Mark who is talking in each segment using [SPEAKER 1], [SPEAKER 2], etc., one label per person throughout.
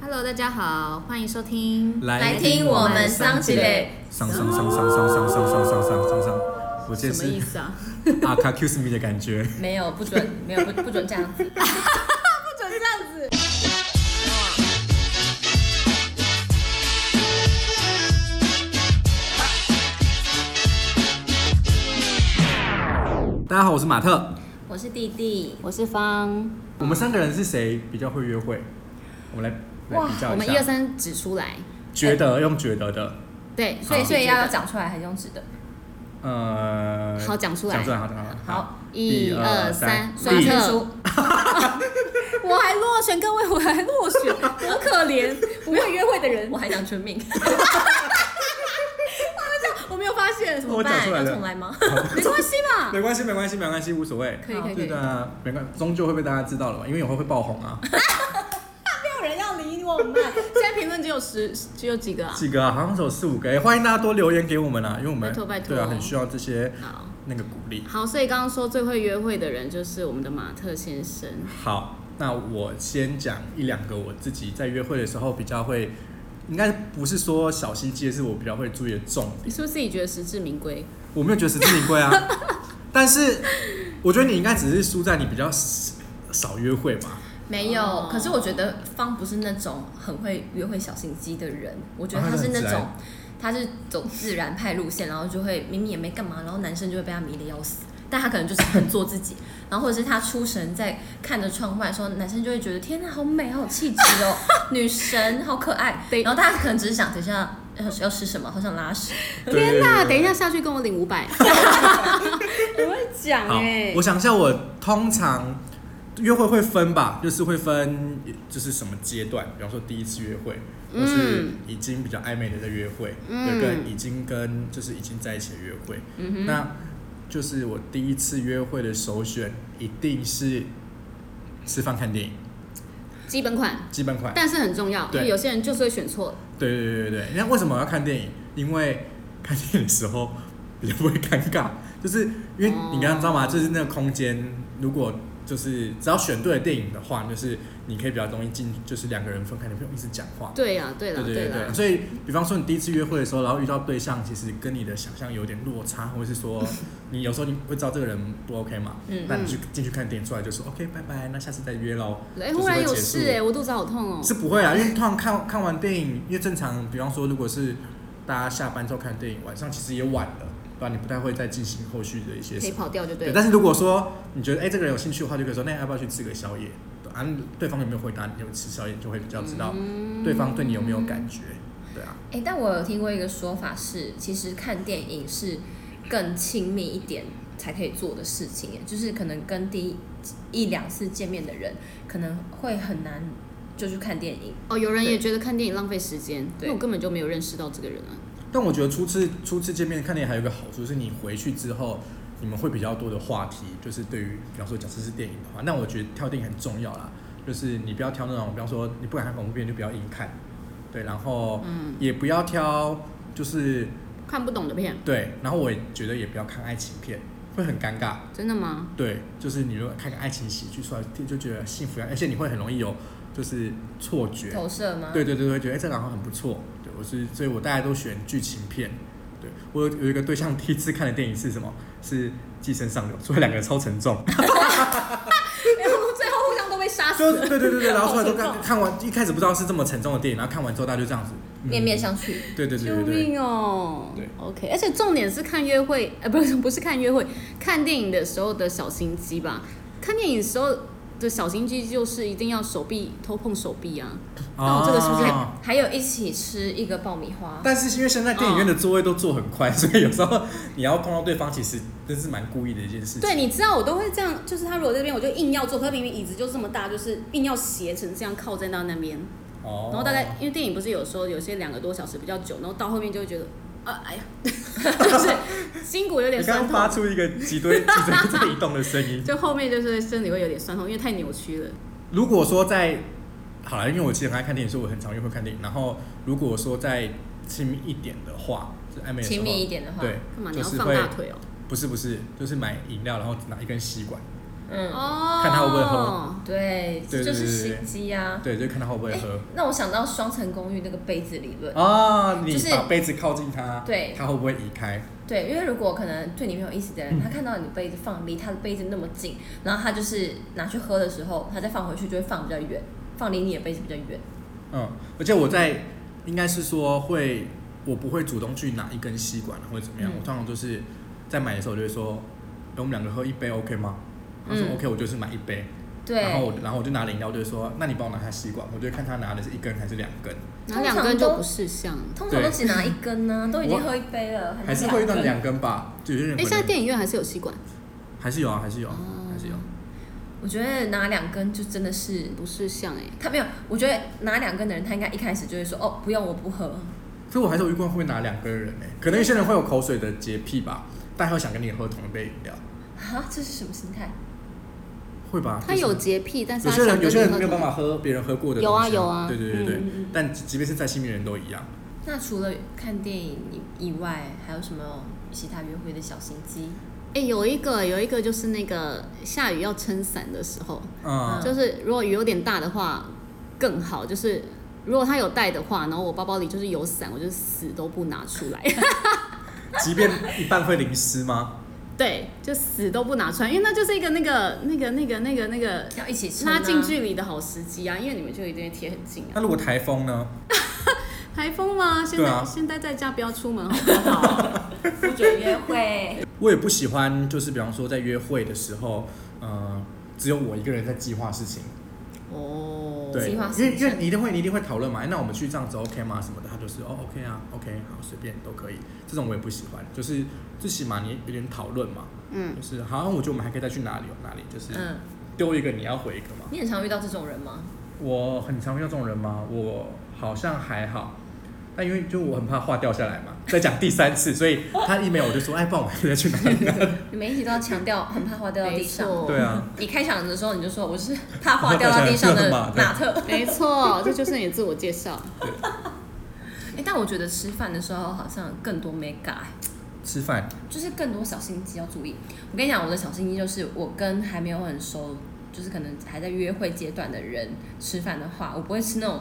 [SPEAKER 1] Hello，大家好，欢迎收听
[SPEAKER 2] 来听我们桑吉嘞，上上上上上上上上上上上上，我这
[SPEAKER 1] 什
[SPEAKER 2] 是
[SPEAKER 1] 么意思 啊？
[SPEAKER 2] 阿卡 Q's me 的感觉。
[SPEAKER 3] 没有不准，没有不不准这样子。
[SPEAKER 1] 不准这样子。
[SPEAKER 2] 大家好，我是马特。
[SPEAKER 3] 我是弟弟，
[SPEAKER 1] 我是方，
[SPEAKER 2] 我们三个人是谁比较会约会？我们来来比较
[SPEAKER 1] 我
[SPEAKER 2] 一
[SPEAKER 1] 们一二
[SPEAKER 2] 下，
[SPEAKER 1] 三哎指出来，
[SPEAKER 2] 觉得用觉得的，
[SPEAKER 1] 对，
[SPEAKER 3] 所以
[SPEAKER 2] 好
[SPEAKER 3] 所以
[SPEAKER 1] 觉得
[SPEAKER 3] 要讲出来还是用纸的？
[SPEAKER 2] 呃，
[SPEAKER 1] 好讲出来啊
[SPEAKER 2] 讲出来，好，讲出来
[SPEAKER 3] 好，
[SPEAKER 1] 一二三，
[SPEAKER 2] 第
[SPEAKER 1] 所以
[SPEAKER 3] 马特
[SPEAKER 1] 输。我还落选，各位我还落选，多可怜！不会约会的人，
[SPEAKER 3] 我还讲春 命，
[SPEAKER 1] 我没有发现，怎么
[SPEAKER 2] 我
[SPEAKER 1] 办？
[SPEAKER 2] 讲出来
[SPEAKER 3] 要
[SPEAKER 2] 了
[SPEAKER 3] 重来吗？
[SPEAKER 1] 没关系嘛，
[SPEAKER 2] 没关系，没关系，没关系，无所谓。
[SPEAKER 1] 可以可以可
[SPEAKER 2] 对
[SPEAKER 1] 以，
[SPEAKER 2] 的啊，没关，终究会被大家知道了嘛，因为以后会爆红啊。
[SPEAKER 1] 没有人要理我们。现在评论只有十，只有几个啊？
[SPEAKER 2] 几个啊，好像只有四五个、欸，欢迎大家多留言给我们啊，因为我们
[SPEAKER 1] 拜托拜托
[SPEAKER 2] 对啊，很需要这些
[SPEAKER 1] 好。
[SPEAKER 2] 那个鼓励。
[SPEAKER 1] 好，所以刚刚说最会约会的人就是我们的马特先生。
[SPEAKER 2] 好，那我先讲一两个我自己在约会的时候比较会，应该不是说小心机，是我比较会注意的重点。
[SPEAKER 1] 你是不是自己觉得实至名归？
[SPEAKER 2] 我没有觉得实至名归啊， 但是我觉得你应该只是输在你比较少少约会吧。
[SPEAKER 3] 没有
[SPEAKER 1] 哦。
[SPEAKER 3] 可是我觉得方不是那种很会约会小心机的人，我觉得
[SPEAKER 2] 啊
[SPEAKER 3] 他是那
[SPEAKER 2] 他是很自
[SPEAKER 3] 种
[SPEAKER 2] 然。
[SPEAKER 3] 他是走自然派路线，然后就会明明也没干嘛，然后男生就会被他迷得要死。但他可能就是很做自己， 然后或者是他出神在看着窗外的时候，男生就会觉得天呐，好美，好有气质哦，女神好可爱。
[SPEAKER 1] 对
[SPEAKER 3] 然后大家可能只是想等一下要要吃什么，好想拉屎。
[SPEAKER 1] 天哪！
[SPEAKER 2] 对
[SPEAKER 1] 等一下下去跟我领五 百。我会讲欸
[SPEAKER 2] 好，我想一下，我通常约会会分吧，就是会分就是什么阶段，比方说第一次约会，或是
[SPEAKER 1] 嗯
[SPEAKER 2] 已经比较暧昧的在约会，
[SPEAKER 1] 嗯
[SPEAKER 2] 有跟已经跟就是已经在一起的约会，那就是我第一次约会的首选一定是吃饭看电影，
[SPEAKER 1] 基本款，
[SPEAKER 2] 基本款。
[SPEAKER 1] 但是很重要，因
[SPEAKER 2] 对
[SPEAKER 1] 为有些人就是会选错。
[SPEAKER 2] 对对对对对，那为什么要看电影？因为看电影的时候比较不会尴尬，就是因为
[SPEAKER 1] 哦
[SPEAKER 2] 你刚刚知道吗？就是那个空间，如果就是只要选对了电影的话，就是你可以比较容易进，就是两个人分开，你不用一直讲话。
[SPEAKER 1] 对呀，对了，
[SPEAKER 2] 对对对，
[SPEAKER 1] 了，
[SPEAKER 2] 所以比方说你第一次约会的时候，然后遇到对象，其实跟你的想象有点落差，或者是说你有时候你会知道这个人不 OK 嘛，
[SPEAKER 3] 嗯
[SPEAKER 2] 那你去进去看电影出来就说 OK 拜拜，那下次再约喽。
[SPEAKER 1] 哎，忽然有
[SPEAKER 2] 就是
[SPEAKER 1] 事
[SPEAKER 2] 会结束
[SPEAKER 1] 哎，我肚子好痛哦。
[SPEAKER 2] 是不会啊，因为通常看看完电影，因为正常，比方说如果是大家下班之后看电影，晚上其实也晚了，对吧？你不太会再进行后续的一些
[SPEAKER 1] 可
[SPEAKER 2] 什
[SPEAKER 1] 以
[SPEAKER 2] 么。
[SPEAKER 1] 跑掉就对了。
[SPEAKER 2] 但是如果说你觉得哎、这个人有兴趣的话，就可以说那要不要去吃个宵夜？对啊，对方有没有回答你有吃宵夜，就会比较知道
[SPEAKER 1] 嗯
[SPEAKER 2] 对方对你有没有感觉。对啊，
[SPEAKER 3] 哎、但我有听过一个说法是，其实看电影是更亲密一点才可以做的事情耶，就是可能跟第一一两次见面的人，可能会很难就去看电影。
[SPEAKER 1] 哦，有人也觉得看电影浪费时间，因
[SPEAKER 3] 对
[SPEAKER 1] 为我根本就没有认识到这个人啊。
[SPEAKER 2] 但我觉得初次初次见面看电影还有一个好处是，你回去之后你们会比较多的话题，就是对于比方说假设是电影的话，那我觉得挑电影很重要啦，就是你不要挑那种比方说你不敢看恐怖片就不要硬看，对，然后也不要挑就是
[SPEAKER 1] 看不懂的片，
[SPEAKER 2] 对，然后我也觉得也不要看爱情片，会很尴尬。
[SPEAKER 1] 真的吗？
[SPEAKER 2] 对，就是你如果看个爱情喜剧出来，就觉得幸福感，而且你会很容易有就是错觉，
[SPEAKER 3] 投射吗？
[SPEAKER 2] 对对对，会觉得哎、这个好像很不错。对，我是，所以我大家都选剧情片。对我有有一个对象第一次看的电影是什么？是《寄生上流》，所以两个人超沉重。
[SPEAKER 1] 啊
[SPEAKER 3] 哎，我们最后互相都被杀死
[SPEAKER 2] 就
[SPEAKER 3] 了，
[SPEAKER 2] 对对对 对，然后出来都
[SPEAKER 3] 好
[SPEAKER 2] 看
[SPEAKER 3] 沉重
[SPEAKER 2] 看完，一开始不知道是这么沉重的电影，然后看完之后大家就这样子。嗯
[SPEAKER 3] 面面。相觑。
[SPEAKER 2] 对对对
[SPEAKER 1] 救
[SPEAKER 2] 对对。
[SPEAKER 1] 命哦！
[SPEAKER 2] 对
[SPEAKER 1] ，OK，而且重点是看约会，呃，不是不是看约会，看电影的时候的小心机吧。看电影时候的小心机就是一定要手臂偷碰手臂啊。那我这个是不是
[SPEAKER 2] 啊
[SPEAKER 3] 还有一起吃一个爆米花，
[SPEAKER 2] 但是因为现在电影院的座位都坐很快，所以有时候你要碰到对方，其实真是蛮故意的一件事情。
[SPEAKER 1] 对，你知道我都会这样，就是他如果这边我就硬要坐，可是明明椅子就这么大，就是硬要斜成这样靠在那那边。
[SPEAKER 2] 哦。
[SPEAKER 1] 然后大概因为电影不是有时候有些两个多小时比较久，然后到后面就会觉得，啊， 哎呀， 就是筋骨有点
[SPEAKER 2] 你刚刚
[SPEAKER 1] 酸
[SPEAKER 2] 发
[SPEAKER 1] 痛，
[SPEAKER 2] 出一个脊椎脊椎在移动的声 音。
[SPEAKER 1] 就后面就是身体会有点酸痛，因为太扭曲了。
[SPEAKER 2] 如果说在好了，因为我其实很爱看电影，所以我很常约会看电影。然后如果说再亲密一点的话，就暧昧的时候
[SPEAKER 3] 亲密一点的话
[SPEAKER 2] 对
[SPEAKER 1] 干嘛，你
[SPEAKER 2] 就
[SPEAKER 1] 要
[SPEAKER 2] 是
[SPEAKER 1] 放
[SPEAKER 2] 会
[SPEAKER 1] 大腿哦？
[SPEAKER 2] 不是不是，就是买饮料，然后拿一根吸管，
[SPEAKER 3] 嗯，
[SPEAKER 1] 哦，
[SPEAKER 2] 看他会不会喝
[SPEAKER 3] 对，
[SPEAKER 2] 对对
[SPEAKER 3] 这就是
[SPEAKER 2] 对
[SPEAKER 3] 心
[SPEAKER 2] 对
[SPEAKER 3] 机啊。
[SPEAKER 2] 对，就看他会不会喝。
[SPEAKER 3] 那我想到双层公寓那个杯子理论，
[SPEAKER 2] 啊，你
[SPEAKER 3] 就是
[SPEAKER 2] 把杯子靠近他，
[SPEAKER 3] 对
[SPEAKER 2] 他会不会移开？
[SPEAKER 3] 对，因为如果可能对你没有意思的
[SPEAKER 2] 嗯
[SPEAKER 3] 人，他看到你杯子放离他的杯子那么近，然后他就是拿去喝的时候，他再放回去就会放比较远，放离你的杯子比较远。
[SPEAKER 2] 嗯，而且我在应该是说会，我不会主动去拿一根吸管啊或者怎么样，
[SPEAKER 3] 嗯
[SPEAKER 2] 我通常就是在买的时候我就会说，哎我们两个喝一杯 OK 吗？他说
[SPEAKER 3] 嗯
[SPEAKER 2] OK，我就是买一杯，然后
[SPEAKER 3] 对，
[SPEAKER 2] 我然后我就拿了饮料，我就会说，那你帮我拿下吸管，我就会看他拿的是一根还是两根，
[SPEAKER 3] 哦
[SPEAKER 1] 然后两根就不是像。
[SPEAKER 3] 通常都只拿一根呢、都已经喝一杯了，
[SPEAKER 2] 还是
[SPEAKER 3] 拿
[SPEAKER 2] 会遇到
[SPEAKER 3] 根
[SPEAKER 2] 两根吧，就有些人
[SPEAKER 1] 哎，
[SPEAKER 2] 可能
[SPEAKER 1] 现在电影院还是有吸管，
[SPEAKER 2] 还是有啊，还是有，
[SPEAKER 1] 哦
[SPEAKER 2] 还是有，
[SPEAKER 3] 我觉得拿两根就真的是
[SPEAKER 1] 不是像哎，
[SPEAKER 3] 他没有，我觉得拿两根的人，他应该一开始就会说哦，不用，我不喝。
[SPEAKER 2] 所以我还是有遇过会拿两根的人呢、可能有些人会有口水的洁癖吧，但他会想跟你喝同一杯饮料，
[SPEAKER 3] 啊，这是什么心态？
[SPEAKER 2] 会吧？
[SPEAKER 1] 他
[SPEAKER 2] 就是
[SPEAKER 1] 有洁癖，但是
[SPEAKER 2] 有
[SPEAKER 1] 他
[SPEAKER 2] 些
[SPEAKER 1] 想
[SPEAKER 2] 人
[SPEAKER 1] 跟
[SPEAKER 2] 有
[SPEAKER 1] 你
[SPEAKER 2] 些人
[SPEAKER 1] 喝
[SPEAKER 2] 没有办
[SPEAKER 1] 同
[SPEAKER 2] 法喝别人喝过的东西，
[SPEAKER 1] 有啊有啊
[SPEAKER 2] 对对对对，
[SPEAKER 3] 嗯嗯嗯
[SPEAKER 2] 但即便是在新名人都一样。
[SPEAKER 3] 那除了看电影以外，还有什么其他约会的小心机？
[SPEAKER 1] 哎、有一个有一个就是那个下雨要撑伞的时候，
[SPEAKER 2] 嗯，
[SPEAKER 1] 就是如果雨有点大的话更好，就是如果他有带的话，然后我包包里就是有伞，我就死都不拿出来，
[SPEAKER 2] 即便一半会淋湿吗？
[SPEAKER 1] 对，就死都不拿出来，因为那就是一个那个那个那个那个那个
[SPEAKER 3] 要一起撑啊
[SPEAKER 1] 拉近距离的好时机啊，因为你们就一定会贴很近啊。
[SPEAKER 2] 那如果台风呢？
[SPEAKER 1] 台风吗？现
[SPEAKER 2] 对
[SPEAKER 1] 在、
[SPEAKER 2] 啊
[SPEAKER 1] 现在在家不要出门好不好？
[SPEAKER 3] 不准约会。
[SPEAKER 2] 我也不喜欢，就是比方说在约会的时候，呃，只有我一个人在计划事情。
[SPEAKER 1] 哦，
[SPEAKER 2] 对，
[SPEAKER 3] 计划
[SPEAKER 2] 因
[SPEAKER 3] 行
[SPEAKER 2] 为
[SPEAKER 3] 程
[SPEAKER 2] 因为你一定会你一定会讨论嘛，哎那我们去这样子 OK 吗？什么的，他就是哦 OK 啊，OK 好，随便都可以。这种我也不喜欢，就是最起码你有点讨论嘛，
[SPEAKER 1] 嗯，
[SPEAKER 2] 就是好，我觉得我们还可以再去哪里哦哪里，就是
[SPEAKER 3] 嗯，
[SPEAKER 2] 丢一个你要回一个嘛。
[SPEAKER 3] 你很常遇到这种人吗？
[SPEAKER 2] 我很常遇到这种人吗？我好像还好，但因为就我很怕话掉下来嘛，再讲第三次，所以他一没有我就说，哎，不然我们再去哪 里哪里？
[SPEAKER 3] 你每一集都要强调很怕花掉到地
[SPEAKER 1] 没
[SPEAKER 3] 上。
[SPEAKER 1] 错
[SPEAKER 2] 对啊，
[SPEAKER 3] 你开场的时候你就说我是怕花掉到地上 的
[SPEAKER 2] 马特
[SPEAKER 3] 马特。
[SPEAKER 1] 没错，这就是你的自我介绍。
[SPEAKER 3] 哎，但我觉得吃饭的时候好像更多没改。
[SPEAKER 2] 吃饭
[SPEAKER 3] 就是更多小心机要注意。我跟你讲，我的小心机就是，我跟还没有很熟，就是可能还在约会阶段的人吃饭的话，我不会吃那种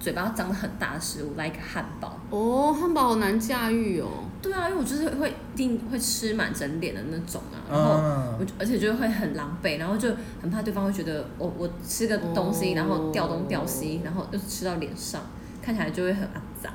[SPEAKER 3] 嘴巴张得很大的食物，like 汉堡。
[SPEAKER 1] 哦，汉堡好难驾驭哦。
[SPEAKER 3] 对啊，因为我就是会一定会吃满整脸的那种啊，然后
[SPEAKER 2] 啊
[SPEAKER 3] 我，就而且就会很狼狈，然后就很怕对方会觉得我我吃个东西，
[SPEAKER 1] 哦
[SPEAKER 3] 然后掉东掉西，然后又吃到脸上，看起来就会很阿杂。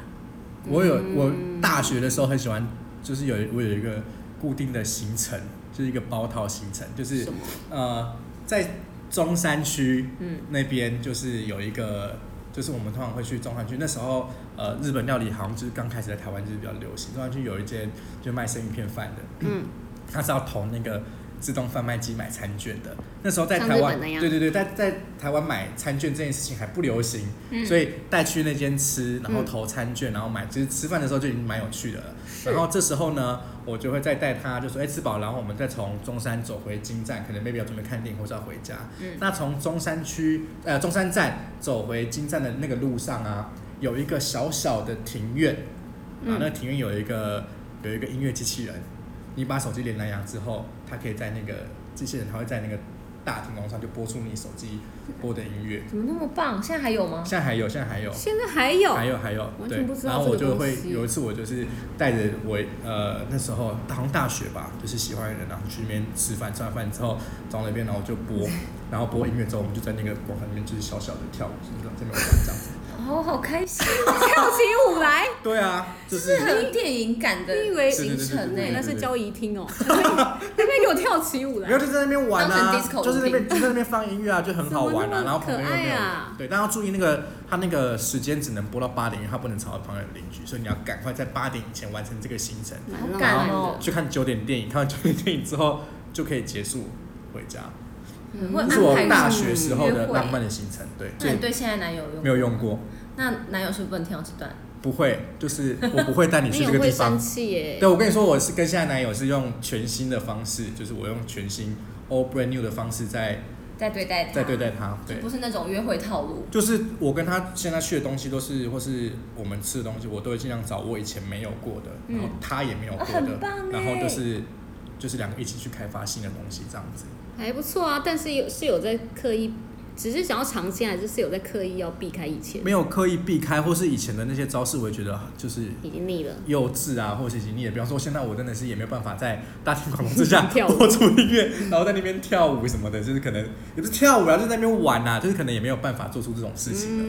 [SPEAKER 2] 我有
[SPEAKER 1] 嗯
[SPEAKER 2] 我大学的时候很喜欢，就是有我有一个固定的行程，就是一个包套行程，就是
[SPEAKER 1] 什么？
[SPEAKER 2] 呃，在中山区
[SPEAKER 3] 嗯
[SPEAKER 2] 那边就是有一个，就是我们通常会去中山区。那时候呃，日本料理好像就是刚开始在台湾就是比较流行。中山区有一间就卖生鱼片饭的，
[SPEAKER 1] 嗯，
[SPEAKER 2] 它是要投那个自动贩卖机买餐券的。那时候在
[SPEAKER 1] 像
[SPEAKER 2] 台
[SPEAKER 1] 日
[SPEAKER 2] 湾，
[SPEAKER 1] 本那样
[SPEAKER 2] 对对对，在在台湾买餐券这件事情还不流行，
[SPEAKER 1] 嗯
[SPEAKER 2] 所以带去那间吃，然后投餐券，然后买，其实吃饭的时候就已经蛮有趣的了。然后这时候呢，我就会再带他，就说，哎、吃饱，然后我们再从中山走回金站，可能 maybe 要准备看电影或是要回家。
[SPEAKER 3] 嗯
[SPEAKER 2] 那从中山区，呃，中山站走回金站的那个路上啊，有一个小小的庭院，啊
[SPEAKER 1] 嗯，
[SPEAKER 2] 那庭院有一个有一个音乐机器人，你把手机连蓝牙之后，它可以在那个机器人，它会在那个大屏幕上就播出你手机播的音乐。
[SPEAKER 3] 怎么那么棒？现在还有吗？
[SPEAKER 2] 现在还有，现在还有。
[SPEAKER 1] 现在还有
[SPEAKER 2] 还有还有，
[SPEAKER 1] 哦完全
[SPEAKER 2] 对
[SPEAKER 1] 不，知道
[SPEAKER 2] 然后我
[SPEAKER 1] 这
[SPEAKER 2] 就
[SPEAKER 1] 个东
[SPEAKER 2] 会
[SPEAKER 1] 西
[SPEAKER 2] 有一次，我就是带着我呃那时候好像大学吧，就是喜欢的人，然后去那边吃饭，吃完饭之后到那边，然后就 播，然后播音乐之后，我们就在那个广场里面就是小小的跳舞，就是这边玩这样 子。
[SPEAKER 3] 哦，好开 心，
[SPEAKER 1] 跳起舞来，
[SPEAKER 2] 对啊，就是
[SPEAKER 3] 是很有电影感的
[SPEAKER 1] 你以为
[SPEAKER 3] 行程呢
[SPEAKER 2] 对对对对对。
[SPEAKER 1] 那是交谊厅哦， 那边给我跳起舞来
[SPEAKER 2] 没有，。就在那边玩
[SPEAKER 3] 当
[SPEAKER 2] 啊
[SPEAKER 3] 成 disco，舞
[SPEAKER 2] 就是那边就在那边放音乐啊，就很好玩
[SPEAKER 1] 怎么那
[SPEAKER 2] 啊。
[SPEAKER 1] 么
[SPEAKER 2] 然后旁边又没
[SPEAKER 1] 可
[SPEAKER 2] 有
[SPEAKER 1] 爱
[SPEAKER 2] 人
[SPEAKER 1] 啊，
[SPEAKER 2] 对，但要注意那个他那个时间只能播到八点，因为他不能吵到旁边的邻居，所以你要赶快在八点以前完成这个行程，
[SPEAKER 1] 蛮
[SPEAKER 3] 好
[SPEAKER 1] 浪
[SPEAKER 3] 感
[SPEAKER 1] 漫的
[SPEAKER 3] 哦
[SPEAKER 2] 去看九点电影，看完九点电影之后就可以结束回家。
[SPEAKER 1] 嗯
[SPEAKER 3] 会
[SPEAKER 2] 这是我
[SPEAKER 3] 安排
[SPEAKER 2] 大
[SPEAKER 3] 什么
[SPEAKER 2] 学时候
[SPEAKER 3] 约
[SPEAKER 2] 的
[SPEAKER 3] 会
[SPEAKER 2] 浪漫的行程，对，所
[SPEAKER 3] 那
[SPEAKER 2] 以
[SPEAKER 3] 你对现在男友用？
[SPEAKER 2] 没有用。过，
[SPEAKER 3] 那男友是不是不能听到这段？
[SPEAKER 2] 不会，就是我不会带你
[SPEAKER 1] 你
[SPEAKER 2] 去
[SPEAKER 1] 也
[SPEAKER 2] 这个
[SPEAKER 1] 会
[SPEAKER 2] 地
[SPEAKER 1] 生
[SPEAKER 2] 方。
[SPEAKER 1] 气耶
[SPEAKER 2] 对，。我跟你说，我是跟现在男友是用全新的方式，就是我用全新 all brand new 的方式在
[SPEAKER 3] 在对待他，
[SPEAKER 2] 在对待他，对
[SPEAKER 3] 就。不是那种约会套路。
[SPEAKER 2] 就是我跟他现在去的东西都是，或是我们吃的东西，我都会尽量找我以前没有过的，
[SPEAKER 1] 嗯
[SPEAKER 2] 然后他也没有过
[SPEAKER 3] 哦很
[SPEAKER 2] 的，
[SPEAKER 3] 棒欸
[SPEAKER 2] 然后就是就是两个一起去开发新的东西这样子。
[SPEAKER 1] 还不错啊，但是有是有在刻意，只是想要尝鲜，还是是有在刻意要避开以前，
[SPEAKER 2] 没有刻意避开，或是以前的那些招式，我也觉得就是
[SPEAKER 1] 已经腻了。
[SPEAKER 2] 幼稚啊，或者是你也比方说，现在我真的是也没有办法在大庭广众之下
[SPEAKER 1] 跳舞
[SPEAKER 2] 播出音乐，然后在那边跳舞什么的，就是可能也不是跳舞啊，就是在那边玩啊，就是可能也没有办法做出这种事情的。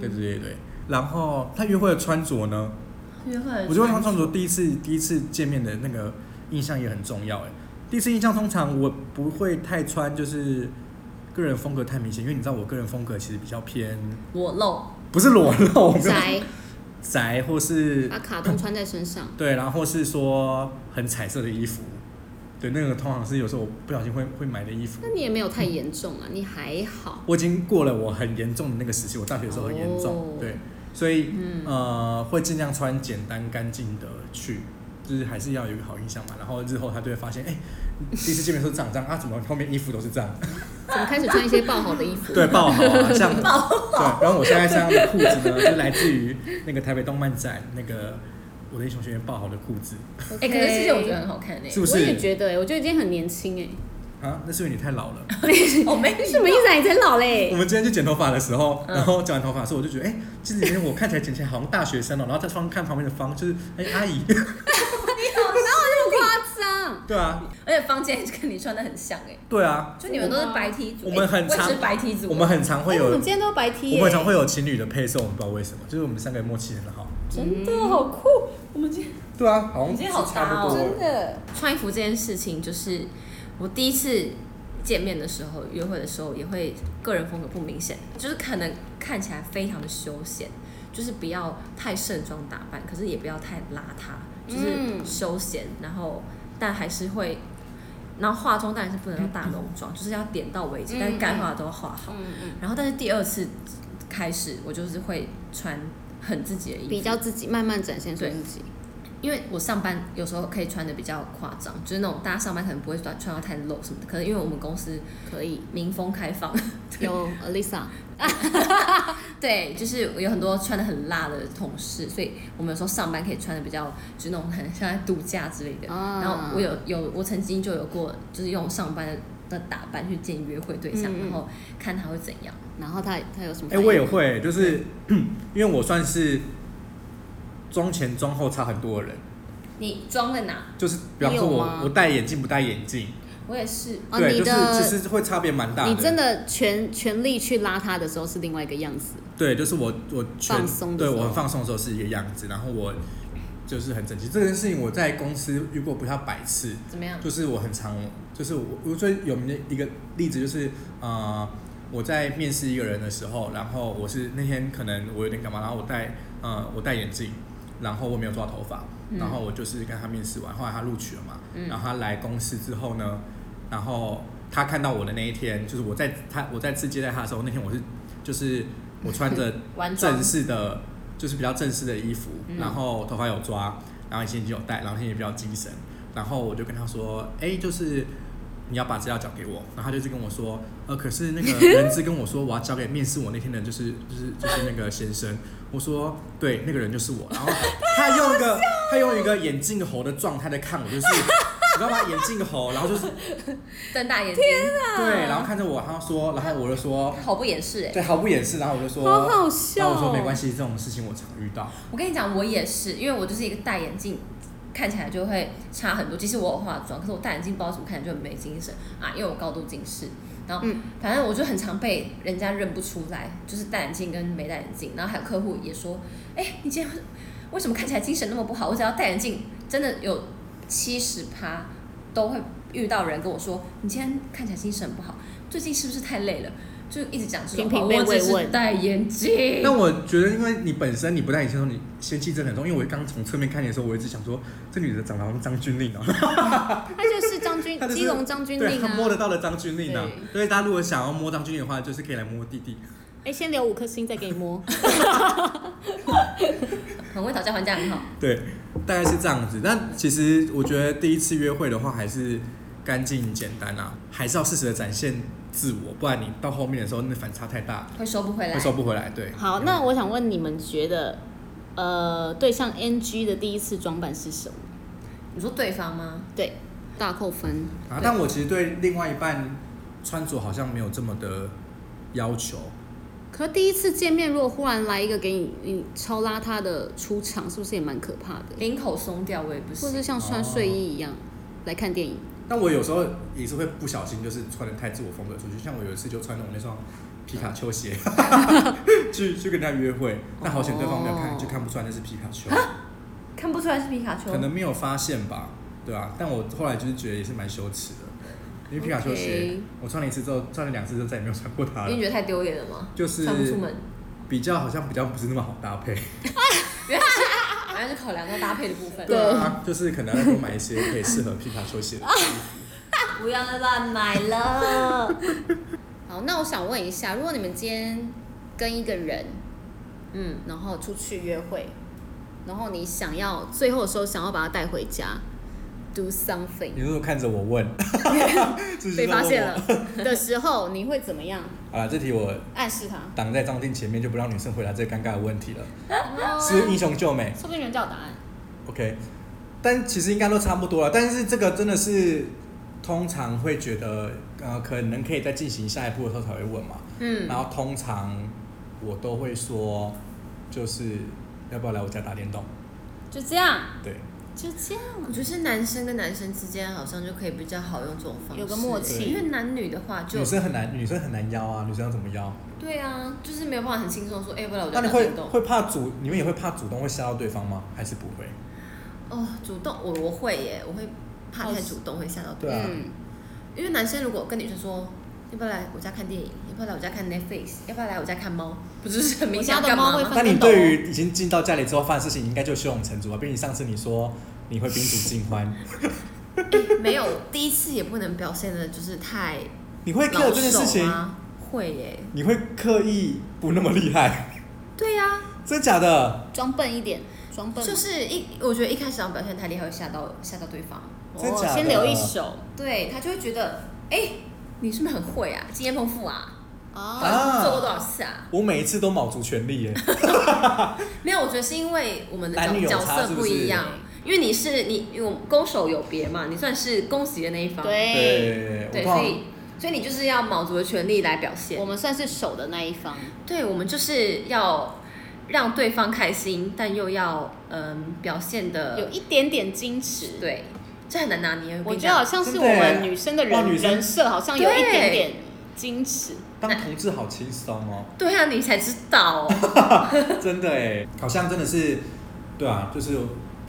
[SPEAKER 2] 对对对对。然后他约会的穿着呢，
[SPEAKER 3] 约会的
[SPEAKER 2] 我觉得
[SPEAKER 3] 呃穿
[SPEAKER 2] 他穿着第一次第一次见面的那个印象也很重要哎。第一次印象通常我不会太穿，就是个人风格太明显，因为你知道我个人风格其实比较偏
[SPEAKER 3] 裸露，
[SPEAKER 2] 不是裸露，我没有
[SPEAKER 1] 宅
[SPEAKER 2] 宅或是
[SPEAKER 1] 把卡通穿在身上，
[SPEAKER 2] 对，然后或是说很彩色的衣服，对，那个通常是有时候我不小心会会买的衣服
[SPEAKER 1] 那。你也没有太严重啊，你还好。
[SPEAKER 2] 我已经过了我很严重的那个时期，我大学的时候很严重，
[SPEAKER 1] 哦嗯
[SPEAKER 2] 对，所以、呃会尽量穿简单干净的去，就是还是要有一个好印象嘛。然后日后他就会发现，哎、第一次见面的时候长这样啊，怎么后面衣服都是这样？
[SPEAKER 1] 怎么开始穿一些爆好的 衣服？
[SPEAKER 2] 对，爆好啊，像对，然后我现在身上的裤子呢，就是来自于那个台北动漫展那个我的英雄学院爆好的裤子
[SPEAKER 3] 哎、
[SPEAKER 1] OK
[SPEAKER 3] 可是其实我觉得很好看诶、
[SPEAKER 2] 是不
[SPEAKER 1] 我也
[SPEAKER 2] 是？
[SPEAKER 1] 觉得、欸，我觉得已经很年轻哎、
[SPEAKER 2] 啊，那是因为你太老了。
[SPEAKER 3] 我哦没
[SPEAKER 1] 什么意思啊？你才老嘞、
[SPEAKER 2] 我们今天去剪头发的时候，然后剪完头发的时候，我就觉得，哎、其实以前我看起来剪起来好像大学生哦、然后再方看旁边的方，就是，哎、阿姨，
[SPEAKER 1] 这么夸张？
[SPEAKER 2] 对啊，
[SPEAKER 3] 而且房间跟你穿的很像哎、
[SPEAKER 2] 对啊，
[SPEAKER 3] 就你们都是白 T 族，
[SPEAKER 2] 我们
[SPEAKER 3] 欸
[SPEAKER 2] 很常
[SPEAKER 3] 我也是白 T 族，
[SPEAKER 2] 我们很常会
[SPEAKER 1] 哎
[SPEAKER 2] 有，
[SPEAKER 1] 我
[SPEAKER 2] 我
[SPEAKER 1] 们今天都白 T
[SPEAKER 2] 们
[SPEAKER 1] 耶、
[SPEAKER 2] 很常会有情侣的配送，我不知道为什么，就是我们三个默契很好。
[SPEAKER 3] 真的好酷。我们今天
[SPEAKER 2] 对啊，好像
[SPEAKER 3] 你今天好
[SPEAKER 2] 是
[SPEAKER 3] 搭
[SPEAKER 2] 差
[SPEAKER 3] 哦
[SPEAKER 2] 不多。
[SPEAKER 1] 真的。
[SPEAKER 3] 穿衣服这件事情，就是我第一次见面的时候，约会的时候也会个人风格不明显，就是可能看起来非常的休闲，就是不要太盛装打扮，可是也不要太邋遢，就是
[SPEAKER 1] 嗯
[SPEAKER 3] 休闲，然后但还是会。然后化妆当然是不能到大浓妆，就是要点到为止，但是该化的都化好。
[SPEAKER 1] 嗯嗯，
[SPEAKER 3] 然后，但是第二次开始，我就是会穿很自己的衣服，
[SPEAKER 1] 比较自己慢慢展现出自己。
[SPEAKER 3] 因为我上班有时候可以穿的比较夸张，就是那种大家上班可能不会穿穿到太露什么的，可能因为我们公司
[SPEAKER 1] 可以
[SPEAKER 3] 民风开放，
[SPEAKER 1] 有 Alisa，
[SPEAKER 3] 对，就是有很多穿的很辣的同事，所以我们有时候上班可以穿的比较就是那种很像在度假之类的。
[SPEAKER 1] 啊
[SPEAKER 3] 然后我有有我曾经就有过，就是用上班的打扮去见约会对象，
[SPEAKER 1] 嗯嗯
[SPEAKER 3] 然后看他会怎样。
[SPEAKER 1] 然后他他有什么
[SPEAKER 2] 哎、
[SPEAKER 1] 反应？
[SPEAKER 2] 我也会，就是 因为我算是妆前妆后差很多的人，
[SPEAKER 3] 你装在哪？
[SPEAKER 2] 就是比方说
[SPEAKER 1] 你有
[SPEAKER 2] 我
[SPEAKER 1] 吗
[SPEAKER 2] 我戴眼镜不戴眼镜，
[SPEAKER 3] 我也是，
[SPEAKER 1] 哦，
[SPEAKER 2] 对，
[SPEAKER 1] 你
[SPEAKER 2] 就是
[SPEAKER 1] 的、
[SPEAKER 2] 其实会差别蛮大的。
[SPEAKER 1] 你真的全全力去拉他的时候是另外一个样子，
[SPEAKER 2] 对，就是我我全
[SPEAKER 1] 放松的
[SPEAKER 2] 对
[SPEAKER 1] 时候
[SPEAKER 2] 我很放松的时候是一个样子，然后我就是很整齐。这件事情我在公司遇过不下百次，
[SPEAKER 3] 怎么样？
[SPEAKER 2] 就是我很常，就是我我最有名的一个例子就是呃，我在面试一个人的时候，然后我是那天可能我有点感冒，然后我戴呃我戴眼镜，然后我没有抓头发，然后我就是跟他面试完，后来他录取了嘛，然后他来公司之后呢，然后他看到我的那一天，就是我在他我再次接待他的时候，那天我是就是我穿着
[SPEAKER 3] 完妆
[SPEAKER 2] 正式的，就是比较正式的衣服，然后头发有抓，然后眼镜有戴，然后现在比较精神，然后我就跟他说，哎、就是。你要把资料交给我，然后他就是跟我 说，呃，可是那个人资跟我说我要交给面试我那天的，就是就是就是那个先生，我说对，那个人就是我，然后他用一
[SPEAKER 1] 哦
[SPEAKER 2] 个他用一个眼镜猴的状态在看我，就是你知道吗？眼镜猴，然后 就是
[SPEAKER 3] 瞪大眼睛，
[SPEAKER 1] 啊
[SPEAKER 2] 对，然后看着我，他说，然后我就 说，
[SPEAKER 3] 毫不掩饰哎、
[SPEAKER 2] 对，毫不掩饰，然后我就说，
[SPEAKER 1] 好好笑哦
[SPEAKER 2] 然后我说没关系，这种事情我常遇到。
[SPEAKER 3] 我跟你讲，我也是，因为我就是一个戴眼镜，看起来就会差很多。即使我有化妆，可是我戴眼镜不知道怎么看起来就很没精神啊，因为我高度近视。然后，
[SPEAKER 1] 嗯
[SPEAKER 3] 反正我就很常被人家认不出来，就是戴眼镜跟没戴眼镜。然后还有客户也说：“哎、你今天为什么看起来精神那么不好？”我只要戴眼镜，真的有七十趴都会遇到人跟我说：“你今天看起来精神不好，最近是不是太累了？”就一直讲这种
[SPEAKER 1] 频
[SPEAKER 3] 话，
[SPEAKER 1] 频被
[SPEAKER 3] 我只
[SPEAKER 1] 慰
[SPEAKER 3] 是
[SPEAKER 1] 问
[SPEAKER 3] 戴眼镜。
[SPEAKER 2] 但我觉得，因为你本身你不戴眼镜的时候，你仙气真的很重。因为我刚从侧面看你的时候，我一直想说，这女的长得好像张钧甯哦，
[SPEAKER 1] 他就是张军
[SPEAKER 2] 她，就是
[SPEAKER 1] 基隆张军
[SPEAKER 2] 对，
[SPEAKER 1] 令
[SPEAKER 2] 她
[SPEAKER 1] 啊。
[SPEAKER 2] 摸得到的张钧甯啊。所以大家如果想要摸张钧甯的话，就是可以来摸弟弟。
[SPEAKER 1] 哎，先留五颗星再给你摸。
[SPEAKER 3] 很会讨价还价，很好。
[SPEAKER 2] 对，大概是这样子。但其实我觉得第一次约会的话，还是干净简单啊，还是要适时的展现自我，不然你到后面的时候，那反差太大，
[SPEAKER 3] 会收不回来
[SPEAKER 2] 会。收不回来。对，
[SPEAKER 1] 好，那我想问你们觉得，呃，对象 NG 的第一次装扮是什么？
[SPEAKER 3] 你说对方吗？
[SPEAKER 1] 对，大扣分。
[SPEAKER 2] 啊，但我其实对另外一半穿着好像没有这么的要求。
[SPEAKER 1] 可是第一次见面，如果忽然来一个给你你超邋遢的出场，是不是也蛮可怕的？
[SPEAKER 3] 领口松掉我也不
[SPEAKER 1] 或
[SPEAKER 3] 行。
[SPEAKER 1] 是像穿睡衣一样、来看电影，
[SPEAKER 2] 但我有时候也是会不小心，就是穿的太自我风格出去。像我有一次就穿着我那双皮卡丘鞋 去去跟人家约会，但好险对方没有看，
[SPEAKER 1] 哦
[SPEAKER 2] 就看不出来那是皮卡丘，
[SPEAKER 3] 看不出来是皮卡丘
[SPEAKER 2] 可，能没有发现吧，对吧、但我后来就是觉得也是蛮羞耻的，因为皮卡丘鞋
[SPEAKER 1] OK
[SPEAKER 2] 我穿了一次之后，穿了两次就再也没有穿过它
[SPEAKER 3] 因为你觉
[SPEAKER 2] 了，
[SPEAKER 3] 得太丢脸了吗？
[SPEAKER 2] 就是
[SPEAKER 3] 穿不出门，
[SPEAKER 2] 比较好像比较不是那么好搭配。
[SPEAKER 3] 原来是考量到搭配的部分。
[SPEAKER 1] 对啊
[SPEAKER 2] 啊，就是可能要多买一些可以适合皮卡丘鞋的。
[SPEAKER 3] 不要再乱买了。
[SPEAKER 1] 好，那我想问一下，如果你们今天跟一个人，嗯，然后出去约会，然后你想要最后的时候想要把他带回家，do something，
[SPEAKER 2] 你如果看着我 问， 这就是
[SPEAKER 1] 被发现
[SPEAKER 2] 问我。
[SPEAKER 1] 了的时候，你会怎么样
[SPEAKER 2] 好了，这题我
[SPEAKER 1] 暗示他？
[SPEAKER 2] 挡在张静前面，就不让女生回答这个尴尬的问题了，
[SPEAKER 3] 哦
[SPEAKER 2] 是不是英雄救美
[SPEAKER 1] 说不哦定人家有答案。
[SPEAKER 2] ？OK，但其实应该都差不多了。但是这个真的是通常会觉得，呃，可能可以在进行下一步的时候才会问嘛。
[SPEAKER 1] 嗯
[SPEAKER 2] 然后通常我都会说，就是要不要来我家打电动？
[SPEAKER 1] 就这样，
[SPEAKER 2] 对，
[SPEAKER 1] 就这样， 啊
[SPEAKER 3] 我觉得是男生跟男生之间好像就可以比较好用这种方式，
[SPEAKER 1] 有个默
[SPEAKER 2] 契
[SPEAKER 3] 因为男女的话就
[SPEAKER 2] 女生很难，女生很难邀啊，女生要怎么邀？
[SPEAKER 3] 对啊，就是没有办法很轻松说，哎、不然我就
[SPEAKER 2] 那
[SPEAKER 3] 打
[SPEAKER 2] 你会
[SPEAKER 3] 电动。
[SPEAKER 2] 会怕主，你们也会怕主动会吓到对方吗？还是不会？
[SPEAKER 3] 哦，主动我我会耶，我会怕
[SPEAKER 1] 哦
[SPEAKER 3] 太主动会吓到对
[SPEAKER 2] 对啊
[SPEAKER 1] 嗯，
[SPEAKER 3] 因为男生如果跟女生说。要不要来我家看电影？要不要来我家看 Netflix？要不要来我家看猫？不就是很明显要干嘛
[SPEAKER 1] 我家的猫
[SPEAKER 3] 吗？
[SPEAKER 1] 会
[SPEAKER 2] 啊那你
[SPEAKER 1] 分斗哦
[SPEAKER 2] 对于已经进到家里之后发生的事情，应该就胸有成竹吧？毕竟上次你说你会宾主尽欢，
[SPEAKER 3] 没有，第一次也不能表现的就是太
[SPEAKER 2] 你会 care
[SPEAKER 3] 老
[SPEAKER 2] 这件事
[SPEAKER 3] 手
[SPEAKER 2] 情，
[SPEAKER 3] 啊。会耶，
[SPEAKER 2] 你会刻意不那么厉害，
[SPEAKER 3] 对呀、
[SPEAKER 2] 真假的？
[SPEAKER 1] 装笨一点，装笨，
[SPEAKER 3] 就是一，我觉得一开始要表现太厉害会吓到吓到对方，
[SPEAKER 2] 真假
[SPEAKER 1] 哦
[SPEAKER 2] 的，
[SPEAKER 1] 先留一手
[SPEAKER 3] 对他就会觉得，哎、你是不是很会啊？经验丰富啊？
[SPEAKER 1] 啊，
[SPEAKER 2] 啊
[SPEAKER 3] 做过多少次啊？
[SPEAKER 2] 我每一次都卯足全力耶，
[SPEAKER 3] 没有，我觉得是因为我们的
[SPEAKER 2] 男女
[SPEAKER 3] 角
[SPEAKER 2] 有
[SPEAKER 3] 角
[SPEAKER 2] 差
[SPEAKER 3] 色
[SPEAKER 2] 是不
[SPEAKER 3] 不
[SPEAKER 2] 是
[SPEAKER 3] 一样，因为你是你，因为我们攻守有别嘛，你算是恭喜的那一方，
[SPEAKER 1] 哎对，
[SPEAKER 2] 对，
[SPEAKER 3] 对
[SPEAKER 2] 我
[SPEAKER 3] 所
[SPEAKER 2] 通
[SPEAKER 3] 以所以你就是要卯足了全力来表现
[SPEAKER 1] 我。们算是守的那一方，
[SPEAKER 3] 对，我们就是要让对方开心，但又要嗯表现
[SPEAKER 1] 有
[SPEAKER 3] 的
[SPEAKER 1] 一点点矜持，
[SPEAKER 3] 对，这很难拿捏。
[SPEAKER 1] 我觉得好像是我
[SPEAKER 2] 真的耶
[SPEAKER 1] 们女生的
[SPEAKER 2] 哇
[SPEAKER 1] 人
[SPEAKER 2] 女生
[SPEAKER 1] 人设，好像有一
[SPEAKER 3] 对
[SPEAKER 1] 点点矜持。
[SPEAKER 2] 当同志好轻松哦，
[SPEAKER 3] 对啊，你才知道、哦。
[SPEAKER 2] 真的哎，好像真的是，对啊，就是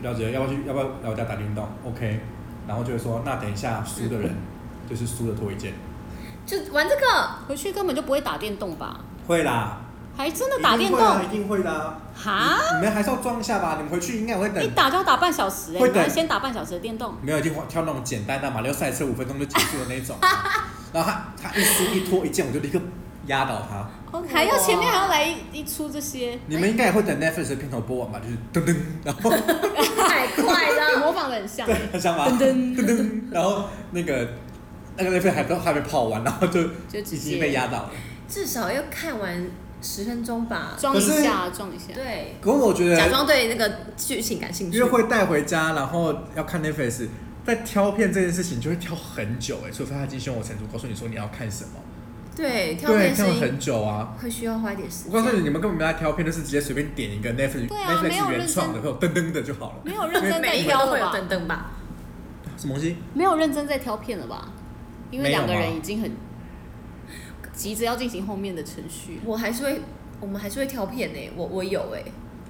[SPEAKER 2] 了解要不要去，要不要来我家打电动？OK，然后就会说，那等一下输的人就是输的脱一件，
[SPEAKER 3] 就玩这个，
[SPEAKER 1] 回去根本就不会打电动吧？
[SPEAKER 2] 会啦，
[SPEAKER 1] 还真的打电动？
[SPEAKER 2] 一定会的啊。
[SPEAKER 1] 哈？
[SPEAKER 2] 你们还是要装一下吧，你们回去应该也会
[SPEAKER 1] 你
[SPEAKER 2] 等。
[SPEAKER 1] 打就要打半小时、欸，
[SPEAKER 2] 会
[SPEAKER 1] 你
[SPEAKER 2] 等
[SPEAKER 1] 还先打半小时的电动，
[SPEAKER 2] 没有，就挑那种简单的马六赛车五分钟就结束的那种。啊 然后他他一输一拖一溅，我就立刻压倒他。
[SPEAKER 1] 还要前面还要来一一出这些，
[SPEAKER 2] 你们应该也会等 Netflix 的片头播完吧？就是噔噔，然后
[SPEAKER 3] 太快了。
[SPEAKER 1] 模仿的很像。
[SPEAKER 2] 很 想把噔噔噔噔，然后那个那个 Netflix 还都还没跑完，然后就
[SPEAKER 1] 就
[SPEAKER 2] 已
[SPEAKER 1] 直接
[SPEAKER 2] 经被压倒了。
[SPEAKER 3] 至少要看完十分钟吧。
[SPEAKER 1] 装一下，装一下。
[SPEAKER 3] 对，
[SPEAKER 2] 可是我觉
[SPEAKER 3] 假
[SPEAKER 2] 得
[SPEAKER 3] 装对那个剧情感兴趣。
[SPEAKER 2] 约啊会带回家，然后要看 Netflix，在挑片这件事情就会挑很久哎，除非他已经胸有成竹告诉你说你要看什么，
[SPEAKER 3] 对，挑
[SPEAKER 2] 对，
[SPEAKER 3] 片是
[SPEAKER 2] 挑
[SPEAKER 3] 一
[SPEAKER 2] 很久啊。
[SPEAKER 3] 会需要花一点时
[SPEAKER 2] 我告
[SPEAKER 3] 间。
[SPEAKER 2] 诉你，你们根本没来挑片，就是直接随便点一个 Netflix、
[SPEAKER 1] 对啊没有
[SPEAKER 2] Netflix
[SPEAKER 1] 认
[SPEAKER 2] 原
[SPEAKER 1] 真
[SPEAKER 2] 创的，会有噔噔的就好了。
[SPEAKER 1] 没有认真在
[SPEAKER 3] 每一个
[SPEAKER 1] 挑
[SPEAKER 3] 都会有
[SPEAKER 1] 了吧？
[SPEAKER 3] 等等吧。
[SPEAKER 2] 什么东西？
[SPEAKER 1] 没有认真在挑片了吧？因为
[SPEAKER 2] 没有
[SPEAKER 1] 两个
[SPEAKER 2] 吗
[SPEAKER 1] 人已经很急着要进行后面的程序，
[SPEAKER 3] 我还是会，我们还是会挑片呢、我我有哎、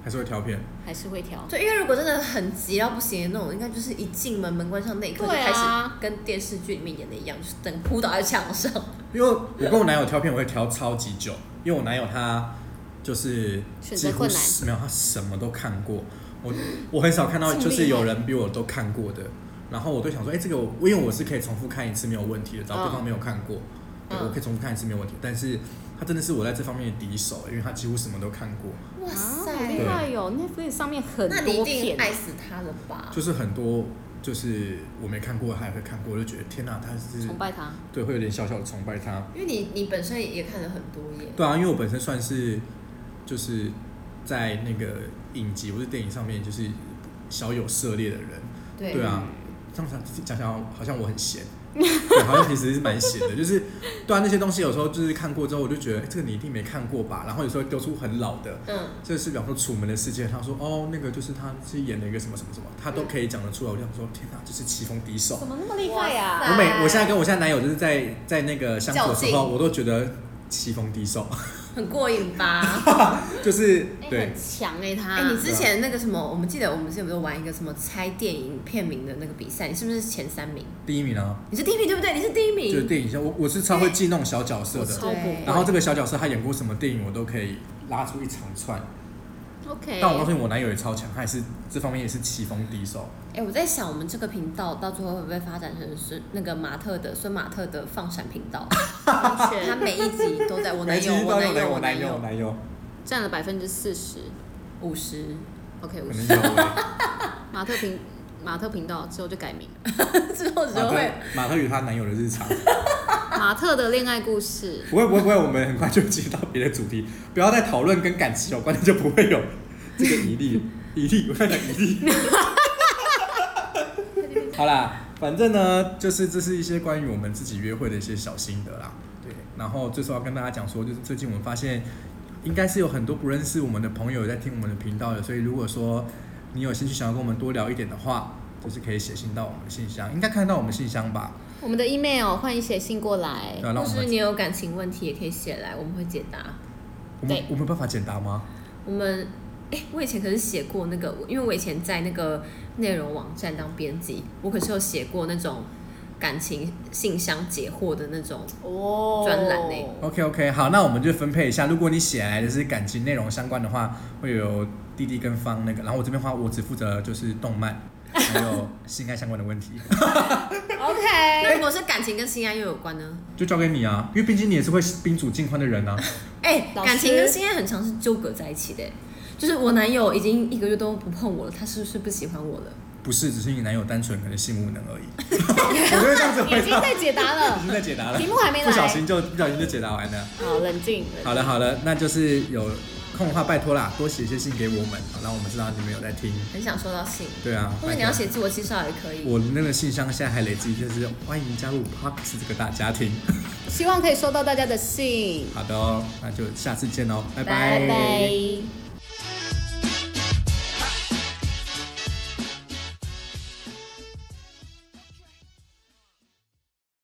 [SPEAKER 2] 还是会挑片？
[SPEAKER 1] 还是会挑。
[SPEAKER 3] 对，因为如果真的很急到不行的那种，应该就是一进门门关上那一刻就
[SPEAKER 1] 对啊
[SPEAKER 3] 开始跟电视剧里面演的一样，就是等扑倒在墙上。
[SPEAKER 2] 因为我跟我男友挑片，我会挑超级久，因为我男友他就是
[SPEAKER 1] 选择
[SPEAKER 2] 几乎
[SPEAKER 1] 困难
[SPEAKER 2] 是没有，他什么都看过。我我很少看到
[SPEAKER 1] 这么
[SPEAKER 2] 就是
[SPEAKER 1] 厉害
[SPEAKER 2] 有人比我都看过的，然后我都想说，哎、这个我因为我是可以重复看一次没有问题的，只要对方没有看过，对
[SPEAKER 1] 嗯
[SPEAKER 2] 我可以重复看一次没有问题。但是他真的是我在这方面的敌手，因为他几乎什么都看过。
[SPEAKER 3] 哇
[SPEAKER 1] 啊，
[SPEAKER 3] 塞，
[SPEAKER 1] 好厉害哟！Netflix 上面很
[SPEAKER 3] 那你一
[SPEAKER 1] 多
[SPEAKER 3] 定
[SPEAKER 1] 片，
[SPEAKER 3] 爱死他了吧？
[SPEAKER 2] 就是很多就是我没看过，他也会看过，我就觉得天哪、他是
[SPEAKER 1] 崇拜他。
[SPEAKER 2] 对，会有点小小的崇拜他。
[SPEAKER 3] 因为你你本身也看了很多耶。
[SPEAKER 2] 对啊，因为我本身算是就是在那个影集或是电影上面就是小有涉猎的人，啊
[SPEAKER 3] 对
[SPEAKER 2] 对啊，这样讲讲起来好像我很闲，对，好像其实是蛮闲的， 就是对啊，那些东西有时候就是看过之后，我就觉得、欸这个你一定没看过吧，然后有时候丢出很老的，
[SPEAKER 3] 嗯，
[SPEAKER 2] 这是比方说《楚门的世界》，他说哦，那个就是他是演了一个什么什么什么，他都可以讲得出来。我就想说，天哪，这是棋逢敌手。
[SPEAKER 1] 么那么厉
[SPEAKER 3] 哇塞
[SPEAKER 1] 哎
[SPEAKER 2] 我每我现在跟我现在男友就是在在那个相处的时
[SPEAKER 3] 较
[SPEAKER 2] 候，
[SPEAKER 3] 劲
[SPEAKER 2] 我都觉得棋逢敌手，
[SPEAKER 3] 很过瘾吧？
[SPEAKER 2] 就是
[SPEAKER 1] 哎
[SPEAKER 2] 对
[SPEAKER 1] 很，强哎、他。
[SPEAKER 3] 哎、你之前那个什么，我们记得我们之前不是玩一个什么猜电影片名的那个比赛，你是不是前三名？
[SPEAKER 2] 第一名啊，
[SPEAKER 3] 你是第一名对不对？你是第一
[SPEAKER 2] 就是
[SPEAKER 3] 名。
[SPEAKER 2] 电影像我我是超会记那种小角色
[SPEAKER 1] 我
[SPEAKER 2] 的，
[SPEAKER 1] 超不会
[SPEAKER 2] 然后这个小角色他演过什么电影，我都可以拉出一长串。
[SPEAKER 1] OK，
[SPEAKER 2] 但我告诉你，我男友也超强，他也是这方面也是棋逢敌手。
[SPEAKER 3] 哎、我在想我们这个频道到最后会不会发展成是那个马特的孙马特的放闪频道？
[SPEAKER 1] 完
[SPEAKER 3] 他
[SPEAKER 1] 全
[SPEAKER 3] 每一集都在我男友，
[SPEAKER 2] 每一集
[SPEAKER 3] 我
[SPEAKER 2] 都
[SPEAKER 3] 男友，
[SPEAKER 2] 有
[SPEAKER 3] 我男
[SPEAKER 2] 友，我
[SPEAKER 3] 友，
[SPEAKER 2] 男友，
[SPEAKER 1] 占了百分之四十。
[SPEAKER 3] 五十，OK，五
[SPEAKER 2] 可
[SPEAKER 3] 十
[SPEAKER 2] 能有欸。
[SPEAKER 1] 马特频马特频道之后就改名了
[SPEAKER 3] 之后只
[SPEAKER 2] 马特
[SPEAKER 3] 会
[SPEAKER 2] 马特与她男友的日常，
[SPEAKER 1] 马特的恋爱故事。
[SPEAKER 2] 不会不会不会，我们很快就进到别的主题，不要再讨论跟感情有关的，就不会有这个疑 虑疑虑，我在讲疑虑。好啦，反正呢，就是这是一些关于我们自己约会的一些小心得啦。对，然后最后要跟大家讲说，就是最近我们发现，应该是有很多不认识我们的朋友在听我们的频道的，所以如果说你有兴趣想要跟我们多聊一点的话，就是可以写信到我们的信箱，应该看得到我们信箱吧？
[SPEAKER 1] 我们的 email 欢迎写信过来
[SPEAKER 2] 对。啊，让
[SPEAKER 3] 或
[SPEAKER 2] 我
[SPEAKER 3] 是
[SPEAKER 2] 们
[SPEAKER 3] 你有感情问题也可以写来，我们会解答。
[SPEAKER 2] 我们
[SPEAKER 1] 对
[SPEAKER 2] 我们有办法简答吗？
[SPEAKER 3] 我们哎、我以前可是写过那个，因为我以前在那个内容网站当编辑，我可是有写过那种感情信箱解惑的那种。
[SPEAKER 1] 哦
[SPEAKER 3] 专栏欸
[SPEAKER 2] OK OK，好，那我们就分配一下。如果你写来的是感情内容相关的话，会有弟弟跟方那个，然后我这边的话，我只负责就是动 漫，还有性爱相关的问题，
[SPEAKER 3] 那
[SPEAKER 1] OK，
[SPEAKER 3] 如果是感情跟性爱又有关呢？
[SPEAKER 2] 就交给你啊，因为毕竟你也是会宾主尽欢的人啊。
[SPEAKER 3] 哎、
[SPEAKER 1] 老师
[SPEAKER 3] 感情跟性爱很常是纠葛在一起的、欸就是我男友已经一个月都不碰我了，他是不是不喜欢我了？
[SPEAKER 2] 不是，只是你男友单纯可能性无能 而已。我就会这样子
[SPEAKER 1] 已
[SPEAKER 2] 回
[SPEAKER 1] 经
[SPEAKER 2] 答，
[SPEAKER 1] 在解 答
[SPEAKER 2] 已
[SPEAKER 1] 了
[SPEAKER 2] 经，在解答了
[SPEAKER 1] 题，目还没来。
[SPEAKER 2] 不小心就不小心就解答完了。
[SPEAKER 1] 好，冷静。冷静
[SPEAKER 2] 好了好了，那就是有空的话拜托啦，多写一些信给我们，好让我们知道你们有在听。
[SPEAKER 3] 很想收到信，
[SPEAKER 2] 对啊，
[SPEAKER 3] 或者你要写自我介绍也可以。
[SPEAKER 2] 我那个信箱现在还累积，就是欢迎加入 Parks 这个大家庭。
[SPEAKER 1] 希望可以收到大家的信。
[SPEAKER 2] 好的哦，那就下次见哦，拜
[SPEAKER 3] 拜
[SPEAKER 1] 拜拜